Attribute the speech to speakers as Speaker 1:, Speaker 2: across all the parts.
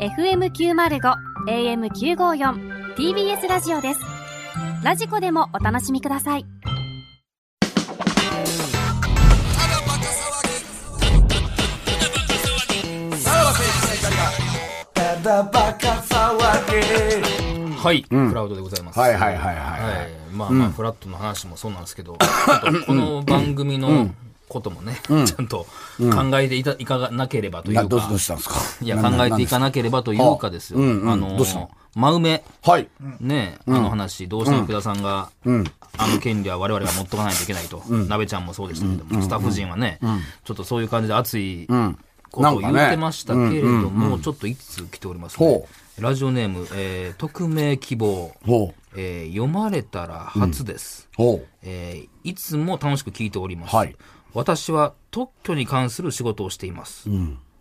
Speaker 1: FM905 AM954 TBS ラジオですラジコでもお楽しみください
Speaker 2: はい、クラウドでございます。
Speaker 3: はいはいはいはい
Speaker 2: はいまあまあ、フラットの話もそうなんですけど、ちょっとこの番組のこともね、ちゃんと考えていたいかがなければとい
Speaker 3: な
Speaker 2: う
Speaker 3: どうし
Speaker 2: か
Speaker 3: どう、したんですか
Speaker 2: いや、考えていか
Speaker 3: な
Speaker 2: なければというかですよ。
Speaker 3: あうんうん
Speaker 2: あの
Speaker 3: どうしたの
Speaker 2: 真梅、
Speaker 3: はい。
Speaker 2: ねあの話、どうしても福田さんが、あの権利は我々が持っとかないといけないと、鍋ちゃんもそうでしたけども、スタッフ陣はね、ちょっとそういう感じで熱いことを言ってましたけれども、ちょっといつ来ておりますね
Speaker 3: ほ。
Speaker 2: ラジオネーム、えー匿名希望、
Speaker 3: ほう。
Speaker 2: えー読まれたら初です。
Speaker 3: ほう。
Speaker 2: えーいつも楽しく聞いております、
Speaker 3: はい
Speaker 2: 私は特許に関する仕事をしています、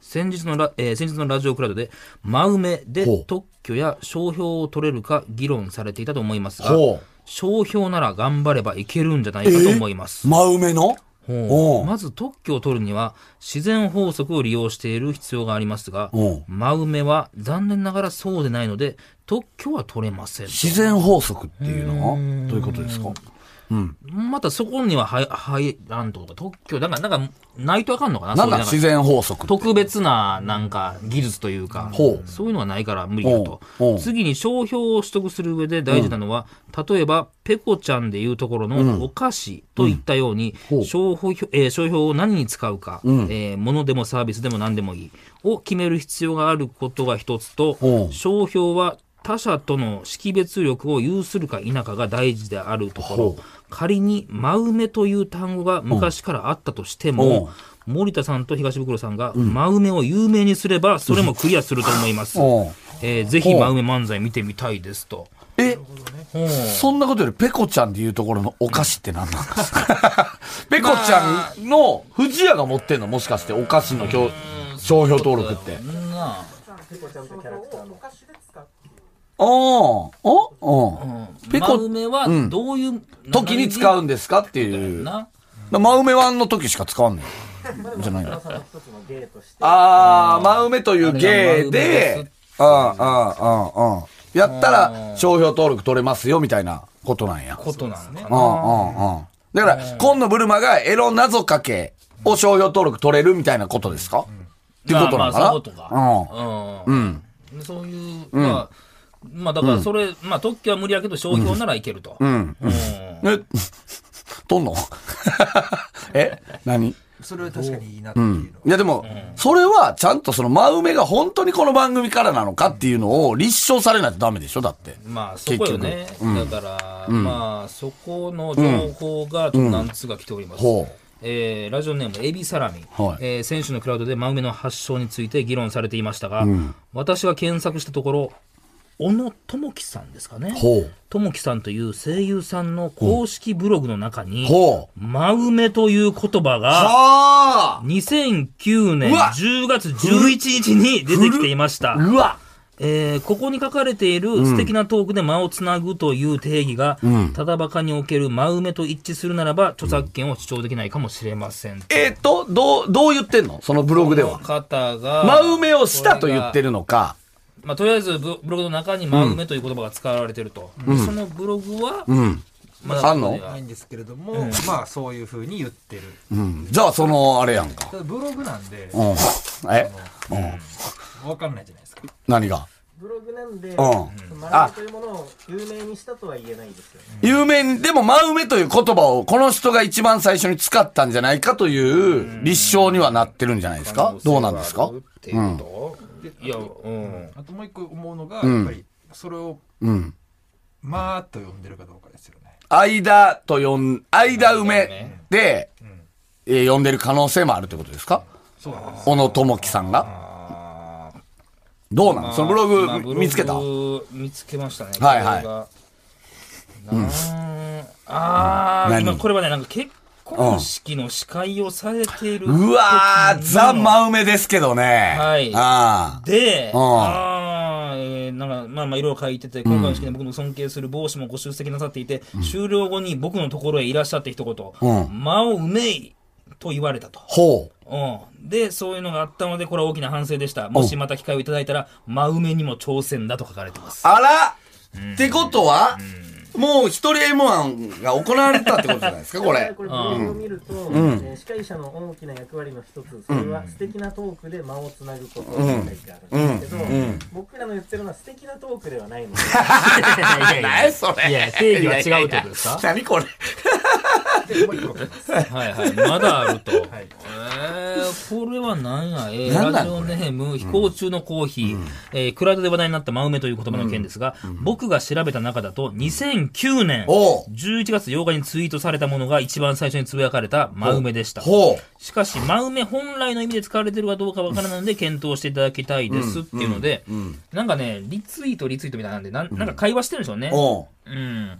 Speaker 2: 先日のラ、えー先日のラジオクラウドで真梅で
Speaker 3: ほう
Speaker 2: 特許や商標を取れるか議論されていたと思いますが
Speaker 3: ほう
Speaker 2: 商標なら頑張ればいけるんじゃないかと思います、
Speaker 3: 真梅の
Speaker 2: ほう
Speaker 3: おう
Speaker 2: まず特許を取るには自然法則を利用している必要がありますが
Speaker 3: おう
Speaker 2: 真梅は残念ながらそうでないので特許は取れません
Speaker 3: 自然法則っていうのはどういうことですか
Speaker 2: またそこには入入らんとか、特許、なんか、なんか、ないとあかんのかな
Speaker 3: な
Speaker 2: そうん
Speaker 3: だ
Speaker 2: いうなんか
Speaker 3: 自然法則って。
Speaker 2: 特別な、なんか、技術というか
Speaker 3: ほ、う
Speaker 2: そういうのはないから無理だと
Speaker 3: ほうほ。う
Speaker 2: 次に商標を取得する上で大事なのは、例えば、ペコちゃんでいうところのお菓子といったように、
Speaker 3: ほう
Speaker 2: 商標えー商標を何に使うか、えー物でもサービスでも何でもいい、を決める必要があることが一つと
Speaker 3: ほ、う
Speaker 2: 商標は他者との識別力を有するか否かが大事であるところ
Speaker 3: ほう、
Speaker 2: 仮に真梅という単語が昔からあったとしても、森田さんと東袋さんが真梅を有名にすれば、それもクリアすると思います。
Speaker 3: うん
Speaker 2: えーぜひ真梅漫才見てみたいですと。
Speaker 3: えそんなことより、ペコちゃんでいうところのお菓子って何なんです かペコちゃんの、藤屋が持ってんのもしかしてお菓子のきょう商標登録って。
Speaker 2: なあ
Speaker 3: ああ、おおペ
Speaker 2: 真
Speaker 3: コ、
Speaker 2: 梅はどういう、
Speaker 3: 時に使うんんですかっていう。
Speaker 2: な。
Speaker 3: だ真梅湾の時しか使わん ねん。じゃないの。ああ、真梅という芸で、うんうんうんうん。やったら商標登録取れますよみたいなことなんや。
Speaker 2: ことなんか
Speaker 3: うんうんうん。だから、今野ブルマがエロ謎かけを商標登録取れるみたいなことですかっていうことなのか
Speaker 2: ま
Speaker 3: な
Speaker 2: あまあそういうことか。うん。そういう、まあ、まあだからそれ、まあ特許は無理やけど商標ならいけると。うん。
Speaker 3: うん。え、 取んの え何
Speaker 4: それは確かにいいなっていうの
Speaker 3: いやでも、それはちゃんとその真梅が本当にこの番組からなのかっていうのを立証されないとダメでしょだって。
Speaker 2: まあそこよね。だから、まあそこの情報がちょっと何通か来ております。
Speaker 3: ほう。
Speaker 2: えーラジオネームエビサラミ、
Speaker 3: はい
Speaker 2: えー選手のクラウドで真梅の発症について議論されていましたが、私が検索したところ小野智樹さんですかね
Speaker 3: ほう
Speaker 2: 智樹さんという声優さんの公式ブログの中に
Speaker 3: ほう
Speaker 2: 真梅という言葉が
Speaker 3: あ
Speaker 2: 2009年
Speaker 3: うわ
Speaker 2: 10月11日に出てきていました
Speaker 3: あ。うわ
Speaker 2: えーここに書かれている素敵なトークで間をつなぐという定義が、ただばかにおける真梅と一致するならば、著作権を主張できないかもしれません。
Speaker 3: えっ、と、どう、どう言ってんのそのブログでは。
Speaker 2: 方が、
Speaker 3: 真梅をしたと言ってるのか。
Speaker 2: まあ、とりあえずブブログの中に真梅という言葉が使われてると。でそのブログは、まだ
Speaker 3: あんの
Speaker 2: ここで
Speaker 4: は
Speaker 2: は
Speaker 4: ないんですけれども、まあそういうふうに言ってる。
Speaker 3: うんじゃあその、あれやんか。
Speaker 4: ただブログなんで
Speaker 3: う、ん。え
Speaker 4: わかんないじゃないですか。
Speaker 3: 何が
Speaker 5: ブログなんで、
Speaker 3: うん
Speaker 5: マグというものを有名にしたとは言えないですよね。
Speaker 3: 有名に、でも真梅という言葉をこの人が一番最初に使ったんじゃないかという立証にはなってるんじゃないですかどうなんですか
Speaker 2: っていうと、いや、うん。
Speaker 4: あともう一個思うのが、やっぱりそれを、
Speaker 3: うん。
Speaker 4: まあと呼んでるかどうかですよね。
Speaker 3: 間と呼ん、間梅で、えー呼んでる可能性もあるということですか
Speaker 4: そうなんです。
Speaker 3: 小野智樹さんが。どうなのそのブロ
Speaker 2: まあ
Speaker 3: グ見つけた
Speaker 2: ブログ見つけましたね。
Speaker 3: はいはい
Speaker 2: これが。なんあー、
Speaker 3: 何
Speaker 2: 今これはね、なんか結婚式の司会をされている時の。
Speaker 3: うわー、ザ・真梅ですけどね。
Speaker 2: はい
Speaker 3: あー
Speaker 2: で、
Speaker 3: うん
Speaker 2: あーえーなんか、まあまあ、いろいろ書いてて、今回の式で僕の尊敬する帽子もご出席なさっていて、終了後に僕のところへいらっしゃって一言、
Speaker 3: う
Speaker 2: 間をうめいと言われたと。
Speaker 3: ほう。
Speaker 2: うん。で、そういうのがあったので、これは大きな反省でした。もしまた機会をいただいたら、真埋めにも挑戦だと書かれてます。
Speaker 3: あらってことは、もう一人 M1 が行われたってことじゃないですか、こ
Speaker 5: これ
Speaker 3: れ。
Speaker 5: これブログを見ると、えー司会者の大きな役割の一つそれは素敵なトークで間をつなぐことって書いてあるんですけど、僕らの言ってるのは素敵なトークではないので
Speaker 3: 何それ
Speaker 2: いや、定義は違うってことですか
Speaker 3: 何これ。
Speaker 4: でもう一個書きます。
Speaker 2: はい はい。まだあると。
Speaker 4: はい。
Speaker 2: えー、これは何や、えー
Speaker 3: 何な
Speaker 2: ラ
Speaker 3: ん
Speaker 2: ジオ
Speaker 3: こ
Speaker 2: ネーム、飛行中のコーヒー、えークラウドで話題になった真梅という言葉の件ですが、僕が調べた中だと、2009年、
Speaker 3: おう
Speaker 2: 11月8日にツイートされたものが一番最初につぶやかれた真梅でした。
Speaker 3: ほう。
Speaker 2: しかし、真梅本来の意味で使われてるかどうかわからないので、検討していただきたいですっていうので、なんかね、リツイートリツイートみたいなんで、なんなんか会話してるんでしょうね。
Speaker 3: おう。
Speaker 2: うん。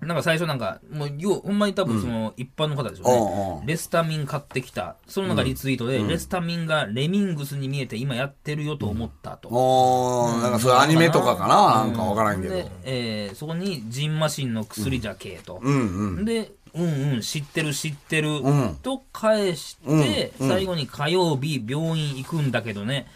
Speaker 2: なんか最初なんか、もう、よう、ほんまに多分その、一般の方でしょ
Speaker 3: おう
Speaker 2: う
Speaker 3: お
Speaker 2: ね。レスタミン買ってきた。その中リツイートで、レスタミンがレミングスに見えて今やってるよと思ったと。
Speaker 3: おー、なんかそういうアニメとかかな、なんかわからんけ
Speaker 2: で
Speaker 3: ど。、
Speaker 2: えーそこに、ジンマシンの薬じゃけえと。
Speaker 3: うんうん。
Speaker 2: で、うんうん、知ってる知ってる、
Speaker 3: ん
Speaker 2: と返して、最後に火曜日病院行くんだけどね、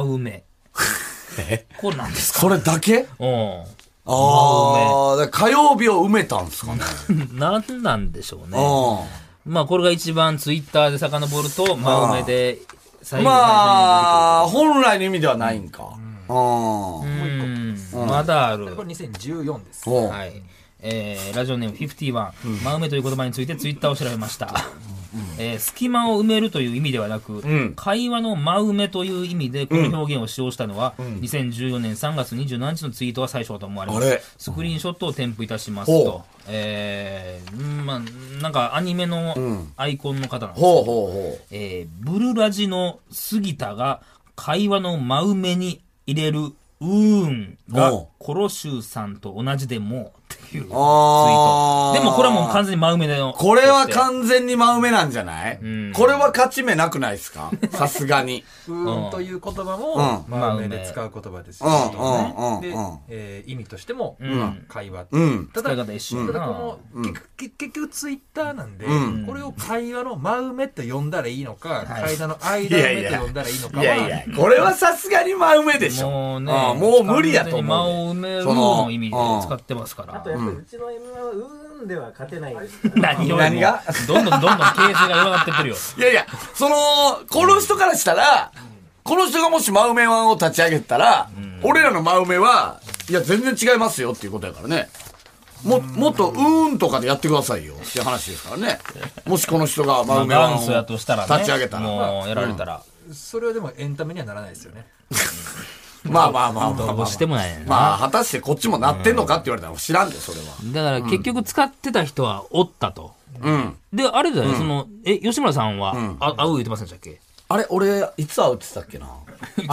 Speaker 2: 梅。これなんですか
Speaker 3: それだけ
Speaker 2: うん。
Speaker 3: あー、だから火曜日を埋めたんですかね。
Speaker 2: なんなんでしょうね。
Speaker 3: うん。
Speaker 2: まあこれが一番ツイッターで遡ると真梅で最後
Speaker 3: ま
Speaker 2: に
Speaker 3: あ、本来の意味ではないんか。うん。
Speaker 2: 最初に出てくるうんまだある。
Speaker 4: これ2014です。
Speaker 3: おう
Speaker 2: はい。えーラジオネーム51、真梅という言葉についてツイッターを調べました。えー隙間を埋めるという意味ではなく、会話の真埋めという意味でこの表現を使用したのは、2014年3月27日のツイートが最初だと思われま
Speaker 3: あれ
Speaker 2: す。スクリーンショットを添付いたします
Speaker 3: ほう
Speaker 2: と。えーうんまあ、なんかアニメのアイコンの方なんですけ
Speaker 3: ほ
Speaker 2: ど
Speaker 3: うほうほう。
Speaker 2: えーブルラジの杉田が会話の真埋めに入れるうーんが
Speaker 3: おう、
Speaker 2: コロシューさんと同じでもうっていうツイー
Speaker 3: あ
Speaker 2: ト
Speaker 3: ー。
Speaker 2: でもこれはもう完全に真埋めだよ。
Speaker 3: これは完全に真埋めなんじゃない、
Speaker 2: ん
Speaker 3: これは勝ち目なくないですかさすが に。
Speaker 4: うーんという言葉も、
Speaker 3: う
Speaker 4: まあ、で使う言葉ですし、
Speaker 3: うんうんうん
Speaker 4: で
Speaker 3: うん、
Speaker 4: えー意味としても、
Speaker 2: うん
Speaker 4: まあ会話。
Speaker 3: うん。
Speaker 4: た
Speaker 2: 使い
Speaker 4: だ、
Speaker 2: 方一緒や
Speaker 4: ただ
Speaker 2: な
Speaker 4: この、結局結結局ツイッターなんで、
Speaker 3: うん
Speaker 4: これを会話の真埋めって呼んだらいいのか、
Speaker 2: はい
Speaker 4: 会話の間埋めって呼んだらいいのかは、
Speaker 3: これはさすがに真埋めでしょ。
Speaker 2: もうね、
Speaker 3: あーもう無理やと思う。
Speaker 2: 完全に真を埋める
Speaker 3: その
Speaker 2: の意味で使ってますか
Speaker 5: あ
Speaker 2: ら
Speaker 5: と。やっぱりうちの M はうーんでは勝てないですから
Speaker 2: 何より
Speaker 3: 何
Speaker 2: も
Speaker 3: が、
Speaker 2: どんどんどんどん形勢が弱なってってる よ。
Speaker 3: いやいや、その、この人からしたら、この人がもし真埋めワンを立ち上げたら、俺らの真埋めは、いや、全然違いますよっていうことやからね。も、もっと、うーんとかでやってくださいよっていう話ですからね。もしこの人が
Speaker 2: ま
Speaker 3: 真
Speaker 2: あ、
Speaker 3: 埋めワン
Speaker 2: 元
Speaker 3: を
Speaker 2: 祖やとしたらね。
Speaker 3: 立ち上げたら。
Speaker 2: もうやられたら。
Speaker 4: それはでもエンタメにはならないですよね。
Speaker 3: まあまあまあまあまあまあ
Speaker 2: どうしてもないねんな。
Speaker 3: まあ、果たしてこっちもなってんのかって言われたら知らんで、それは。
Speaker 2: だから結局使ってた人はおったと。
Speaker 3: うん。
Speaker 2: で、あれだよ、ねその、え、吉村さんは、あ、会う言ってませんでしたっけ
Speaker 3: あれ、俺、いつ会うって言ったっけな。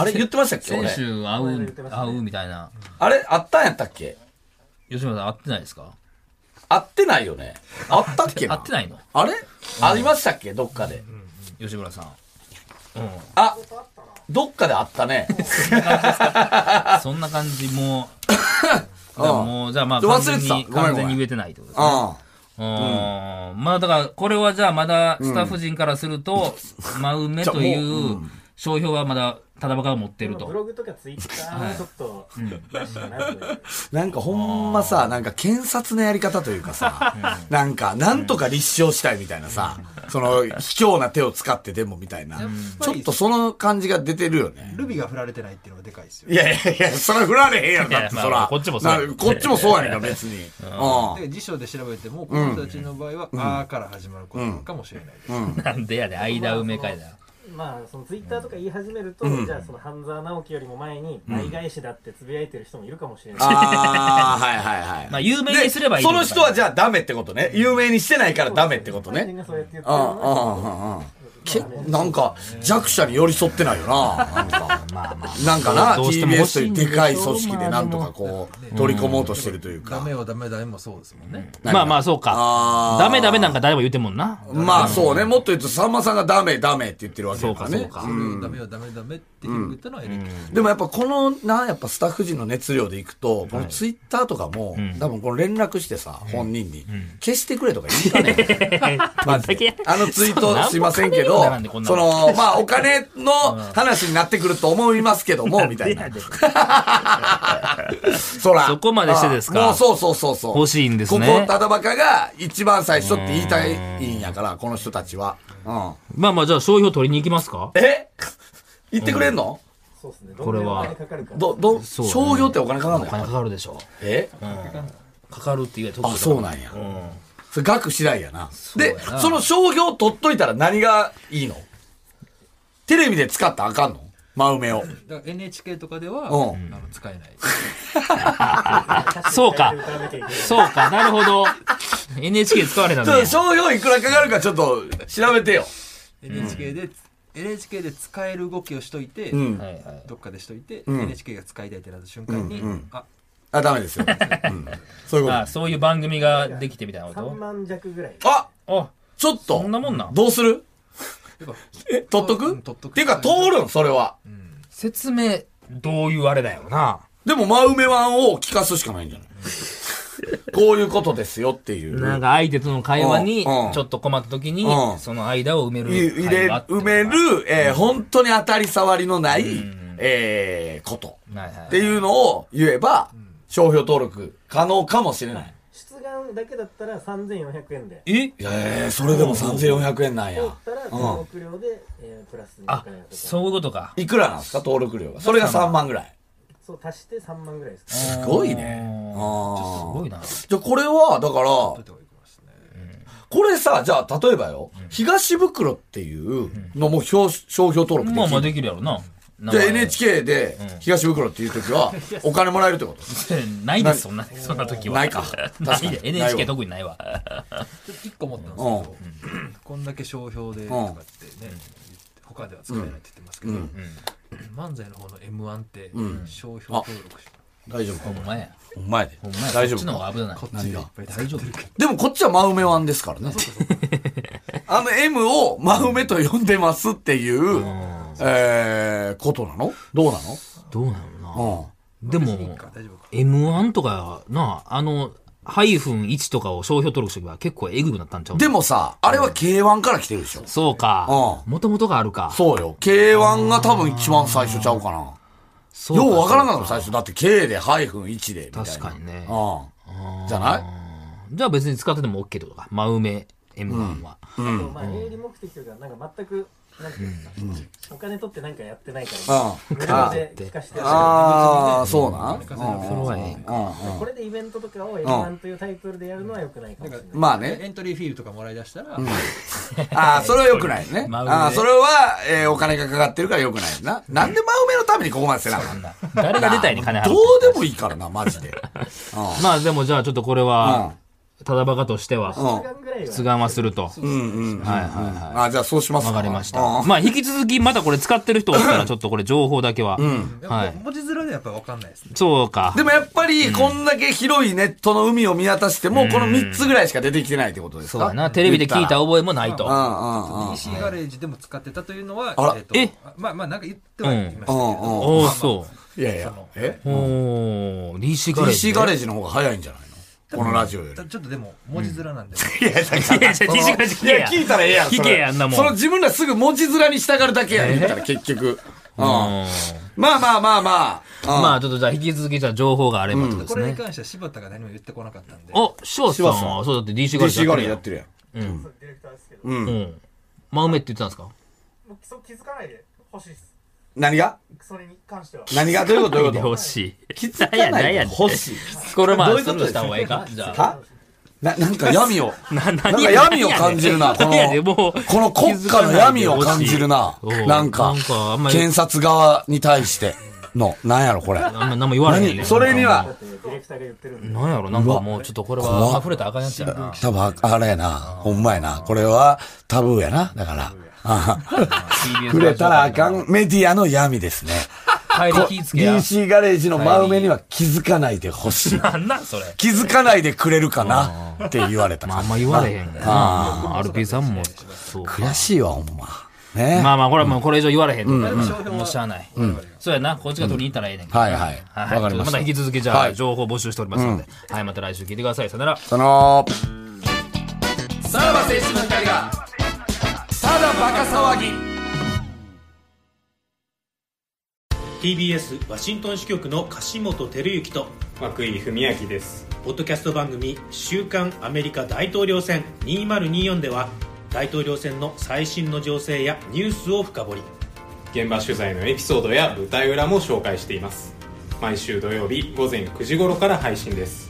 Speaker 3: あれ、言ってましたっけ
Speaker 2: 先
Speaker 3: 俺。
Speaker 2: 週会
Speaker 5: 前も言
Speaker 2: う
Speaker 5: って、ました
Speaker 2: 会
Speaker 5: ね
Speaker 2: うみたいな。
Speaker 3: あれ、会ったんやったっけ
Speaker 2: 吉村さん会ってないですか
Speaker 3: 会ってないよね。会ったっけな。
Speaker 2: 会ってないの
Speaker 3: あれありましたっけどっかで。
Speaker 2: 吉村さん。うん。
Speaker 3: あ、どっかで会ったね。
Speaker 2: そんな感じ、も う。だからもう、じゃあまあ、
Speaker 3: 忘
Speaker 2: 完
Speaker 3: れてた
Speaker 2: 全に、
Speaker 3: ごめんごめん
Speaker 2: 完全に言えてないってことですね。
Speaker 3: あ
Speaker 2: うーん。まあだから、これはじゃあまだ、スタッフ陣からすると、真埋めという、商標はまだ、ただばかが持ってる
Speaker 5: ブ
Speaker 2: と。
Speaker 5: ログとかツイッターもちょっと出したなという
Speaker 3: なんかほんまさ、なんか検察のやり方というかさ、なんか、なんとか立証したいみたいなさ、その、卑怯な手を使ってでもみたいな、ちょっとその感じが出てるよね。
Speaker 4: ルビが振られてないっていうのがでかいですよ。
Speaker 3: いやいやいや、それ振られへんやろ、だって
Speaker 2: いやまあ
Speaker 3: そら。
Speaker 2: こっちもそうやね
Speaker 3: なこっちもそうやねんか、別に。う
Speaker 4: で辞書で調べても、この人たちの場合は、あーから始まることかもしれないです。
Speaker 2: なんでやで、間埋めかいだ。
Speaker 5: まあそのツイッターとか言い始めると、じゃあその半沢直樹よりも前に倍返しだってつぶやいてる人もいるかもしれない、
Speaker 3: ああ、はいはいはい。
Speaker 2: まあ有名にすればいい
Speaker 3: で
Speaker 2: と
Speaker 3: その人
Speaker 2: か
Speaker 3: はじゃあダメってことね。有名にしてないからダメってこと
Speaker 5: 人
Speaker 3: ね。
Speaker 5: がそうやって言ってる
Speaker 3: うんうん
Speaker 5: のは
Speaker 3: うんうん。けなんか弱者に寄り添ってないよななんかなんかな
Speaker 2: どうしても
Speaker 3: TBS
Speaker 2: 欲し
Speaker 3: と
Speaker 2: い
Speaker 3: い
Speaker 2: ん
Speaker 3: う
Speaker 2: でしょ
Speaker 3: でかい組織でなんとかこう取り込もうとしてるという
Speaker 4: ダ
Speaker 3: か
Speaker 4: メはダメだもそうですもんね。
Speaker 2: まあまあ、そうか
Speaker 3: あ。ー
Speaker 2: ダメダメなんか誰も言ってんもんな。
Speaker 3: まあそうねもっと言うとさんまさんがダメダメって言ってるわけだから
Speaker 2: そう
Speaker 3: ね
Speaker 2: かそうか
Speaker 4: それをダメはダメダメって広げたのはエレキ。
Speaker 3: でもやっぱこのなやっぱスタッフ陣の熱量でいくとこのツイッターとかも多分この連絡してさ本人に消してくれとか言うかね マジであのツイートすいませんけど
Speaker 2: そんなもん金にもならんでこんな
Speaker 3: そ
Speaker 2: も
Speaker 3: のまあお金 の話になってくると思いますけどもみたいなそら
Speaker 2: そこまでしてですか
Speaker 3: あもうそうそうそうそう
Speaker 2: 欲しいんですね
Speaker 3: ここただバカが一番最初って言いたいんやからこの人たちはうん
Speaker 2: まあまあ、じゃあ、商標取りに行きますか
Speaker 3: え言ってくれんの
Speaker 5: そうですね。
Speaker 2: これは
Speaker 5: どんぐらいお金かかるか。
Speaker 3: どど
Speaker 2: そうだね
Speaker 3: 商業ってお金かかる
Speaker 2: お
Speaker 3: の
Speaker 2: 金かかるでしょ。
Speaker 3: え
Speaker 2: かかるって言う
Speaker 3: あ、そうなんんや。それ額次第やな。で、その商標取っといたら何がいいのテレビで使ったらあかんの真埋めを。
Speaker 4: だから NHK とかでは、
Speaker 3: う
Speaker 4: あの使えない。
Speaker 2: そうか。
Speaker 5: 歌わなきゃいけない
Speaker 2: そうか、なるほど。NHK 使われたん
Speaker 3: ち
Speaker 2: だ
Speaker 3: ょっ
Speaker 2: よ
Speaker 3: と。商標いくらかかるかちょっと調べてよ。
Speaker 4: NHK で、NHK で使える動きをしといて、
Speaker 3: うん。
Speaker 2: はいはい
Speaker 4: どっかでしといて、
Speaker 3: ん
Speaker 4: NHK が使いたいってなった瞬間に、あ
Speaker 3: あ、ダメですよ。 うんそういうこと
Speaker 2: あ、。そういう番組ができてみたいな
Speaker 5: 3
Speaker 2: こ
Speaker 5: 万弱ぐらい。
Speaker 3: あ、
Speaker 2: とあ、
Speaker 3: ちょっと。
Speaker 2: そんなもんなん
Speaker 3: どうする
Speaker 4: やっぱ
Speaker 3: え、取っと
Speaker 4: う
Speaker 3: く
Speaker 4: ん取っとく
Speaker 3: ていうか通るん、それは。
Speaker 2: 説明、どういうあれだよな。
Speaker 3: でも真埋め版を聞かすしかないんじゃ ないこういうことですよっていう。
Speaker 2: なんか相手との会話に、ち
Speaker 3: うんうん
Speaker 2: ょっと困った時に
Speaker 3: う、ん
Speaker 2: その間を埋める
Speaker 3: い入
Speaker 2: 会
Speaker 3: れ、
Speaker 2: 話ってい
Speaker 3: 埋
Speaker 2: うのが。
Speaker 3: める、えー本当に当たり障りのない、
Speaker 2: ん
Speaker 3: えーこと。
Speaker 2: はいはい。
Speaker 3: っていうのを言えば、商標登録可能かもしれない。
Speaker 5: 出願だけだったら3400円で。
Speaker 2: え
Speaker 3: えー、それでも3400円なん
Speaker 5: 通
Speaker 3: や
Speaker 5: っ。たら登録料で、えープラスにお
Speaker 2: あ
Speaker 5: 金がかか、る。
Speaker 2: そういうことか。
Speaker 3: いくらなんですか登録料が。それが3万ぐらい。
Speaker 5: そう足して3万ぐらいですか。
Speaker 3: すごいね。
Speaker 2: あーちょっとす
Speaker 3: あ
Speaker 2: ご
Speaker 3: ー
Speaker 2: いな。
Speaker 3: じゃあこれは、だから、
Speaker 4: どういうことですね
Speaker 3: これさ、じゃあ例えばよ、東袋っていうのも表商標登録できる。
Speaker 2: まあまあできるやろな。
Speaker 3: じゃあ
Speaker 2: 名前
Speaker 3: NHK で東袋って いう時は、お金もらえるってこと
Speaker 2: ないです、そんな、そんな時は。
Speaker 3: ないか確かに
Speaker 2: ないで
Speaker 3: ない
Speaker 2: NHK
Speaker 3: わ
Speaker 2: 特にないわ。
Speaker 4: ちょっと一個思ったんです
Speaker 3: うん。
Speaker 4: けどこんだけ商標でとかってね、他では使えないって言ってますけど、漫才の方の m 1って商標登録し、
Speaker 3: 大丈夫
Speaker 2: ほんまや。
Speaker 3: お前で
Speaker 2: ほんまや。
Speaker 3: 大丈
Speaker 2: こっち
Speaker 3: 夫
Speaker 2: の方
Speaker 3: か
Speaker 2: が危ない。
Speaker 4: こっちでいっぱい大丈夫
Speaker 3: でもこっちは真梅ワンですからね。 あの M を真梅と呼んでますっていう、えー、ことなのどうな
Speaker 2: どうなの
Speaker 3: の
Speaker 2: な。でも、M1 とか、なあ、あの、ハイフン1とかを商標登録しておけば結構エグくなったんちゃ
Speaker 3: う。
Speaker 2: うん
Speaker 3: でもさ、あれは K1 から来てるでしょ。
Speaker 2: そうか。もともとがあるか。
Speaker 3: そうよ。K1 が多分一番最初ちゃうかな。
Speaker 2: そうか
Speaker 3: ようわからんかったの最初。だって K でハイフン1でみたいな。
Speaker 2: 確かにね。
Speaker 3: うん。じゃない
Speaker 2: じゃあ別に使ってても OK ってことか。真埋め M1 は。
Speaker 5: あとまあ営利目的というかなんか全くなんていうんですか、お金取ってなんかやってないか
Speaker 3: うん
Speaker 5: ら、無料で聞かせてる
Speaker 3: あー、そうなん
Speaker 2: それはええか。
Speaker 3: うんうん
Speaker 5: これでイベントとかを M1 というタイトルでやるのは良くないかもしれない。
Speaker 3: まあ
Speaker 4: ね
Speaker 3: ね。
Speaker 4: エントリーフィールとかもらい出したら、
Speaker 3: ああ、それは良くないね。
Speaker 2: 真梅
Speaker 3: ああ、それは、えーお金がかかってるから良くないな。なんで真梅のためにここまでせなあかんの
Speaker 2: 誰が出たいね、金払って
Speaker 3: どうでもいいからな、マジ で。
Speaker 2: まあでもじゃあちょっとこれは、ただバカとしては、
Speaker 5: 出願ぐらいは
Speaker 2: 出願はすると。はい
Speaker 3: うんうん。
Speaker 2: はいはい。
Speaker 3: あ、じゃあそうしますか。
Speaker 2: わかりまし
Speaker 3: う
Speaker 2: た。
Speaker 3: ん
Speaker 2: まあ引き続きまだこれ使ってる人おったらちょっとこれ情報だけは。
Speaker 4: でも
Speaker 2: はい。
Speaker 4: 文字面でやっぱ分かんないですね
Speaker 2: そうか
Speaker 3: で。もやっぱり、こんだけ広いネットの海を見渡しても、この3つぐらいしか出てきてないってことですか
Speaker 2: そうだな。テレビで聞いた覚えもないと。
Speaker 3: うんうんうん。
Speaker 4: 西ガレージでも使ってたというのは、
Speaker 3: あら
Speaker 4: えっと
Speaker 2: え
Speaker 4: まあまあなんか言ってはいましたけど、
Speaker 3: うんうん
Speaker 2: おおそ
Speaker 3: いやいや。え
Speaker 2: う。おお DC ガレージ。
Speaker 3: ?DC ガレージの方が早いんじゃないのこのラジオより。
Speaker 4: ちょっとでも文字面なんで、
Speaker 3: いや、だから
Speaker 2: い やいや DC ガレージ聞けや
Speaker 3: いや、聞いたらええやん。それ
Speaker 2: 聞けやあんなもん
Speaker 3: その自分らすぐ文字面に従うだけやん、言ったら結局。うん。まあまあまあまあ。うん
Speaker 2: まあちょっとじゃあ引き続きじゃあ情報があればってこと
Speaker 4: こ
Speaker 2: で
Speaker 4: れ
Speaker 2: す
Speaker 4: に
Speaker 2: ね。
Speaker 4: 関しては柴田が何も言ってこなかったんで、
Speaker 2: お、柴田さん
Speaker 3: 柴田さ
Speaker 2: は、そうだって DC ガレー
Speaker 3: DC
Speaker 2: ジや
Speaker 3: ガ
Speaker 2: っ
Speaker 3: レージ
Speaker 2: てるや
Speaker 3: や
Speaker 2: ん
Speaker 3: ってるやん。
Speaker 5: ディレクターですけど、
Speaker 2: うん。真梅って言ってたんですか
Speaker 5: もうそ気づかないで欲しいです。
Speaker 3: 何が
Speaker 5: それに関しては。
Speaker 3: 何がどういうことどういうこと
Speaker 2: 欲し
Speaker 3: 気
Speaker 2: い
Speaker 3: づ。か
Speaker 2: 何や
Speaker 3: な
Speaker 2: 何
Speaker 3: い
Speaker 2: や
Speaker 3: で
Speaker 2: ねん
Speaker 3: ほしい。
Speaker 2: これま
Speaker 3: どう
Speaker 2: あ
Speaker 3: いう
Speaker 2: ス
Speaker 3: こと
Speaker 2: ル
Speaker 3: です
Speaker 2: ーした方がええ かじゃあ。
Speaker 3: はな、なんか闇を。
Speaker 2: な、
Speaker 3: なん
Speaker 2: 何
Speaker 3: か
Speaker 2: や
Speaker 3: 闇を感じるな、こ
Speaker 2: 何やねん
Speaker 3: の、
Speaker 2: もう
Speaker 3: この国家の闇を感じるな
Speaker 2: 気づかないでほしい。
Speaker 3: なんか
Speaker 2: なんかあんま、り
Speaker 3: 検察側に対しての、なんやろ、これ。
Speaker 2: あんま何も言われへんねん
Speaker 3: 何それには、
Speaker 5: ディレクターが言ってるんで。
Speaker 2: なんやろなんかもうちょっとこれは溢れたらあかんやつやな。
Speaker 3: 多分ああれやな、ほんまやな。これはタブーやな、だから。くれたらあかんメディアの闇ですね。
Speaker 2: 帰り気ぃつけや。
Speaker 3: DC ガレージの真上には気づかないでほしい。
Speaker 2: なんなんそれ。
Speaker 3: 気づかないでくれるかなって言われた。
Speaker 2: まああんま言われへんね。ああ、RP さんも。そうか
Speaker 3: 悔しいわ、ほんま。ね
Speaker 2: まあまあ、これはもうこれ以上言われへんと。もうしゃあない。そうやな、こっちが取りに行ったらええねんけど。
Speaker 3: はいはい。わ
Speaker 2: はい
Speaker 3: かりまし
Speaker 2: また
Speaker 3: た。
Speaker 2: 引き続きじゃあ情報募集しておりますので、はい、また来週聞いてください。さよなら。
Speaker 3: その、
Speaker 2: さらば青春の光が。
Speaker 3: ただバカ騒ぎ。
Speaker 6: TBS ワシントン支局の樫本照之と
Speaker 7: 涌井文明です
Speaker 6: ポッドキャスト番組「週刊アメリカ大統領選2024」では大統領選の最新の情勢やニュースを深掘り
Speaker 7: 現場取材のエピソードや舞台裏も紹介しています毎週土曜日午前9時頃から配信です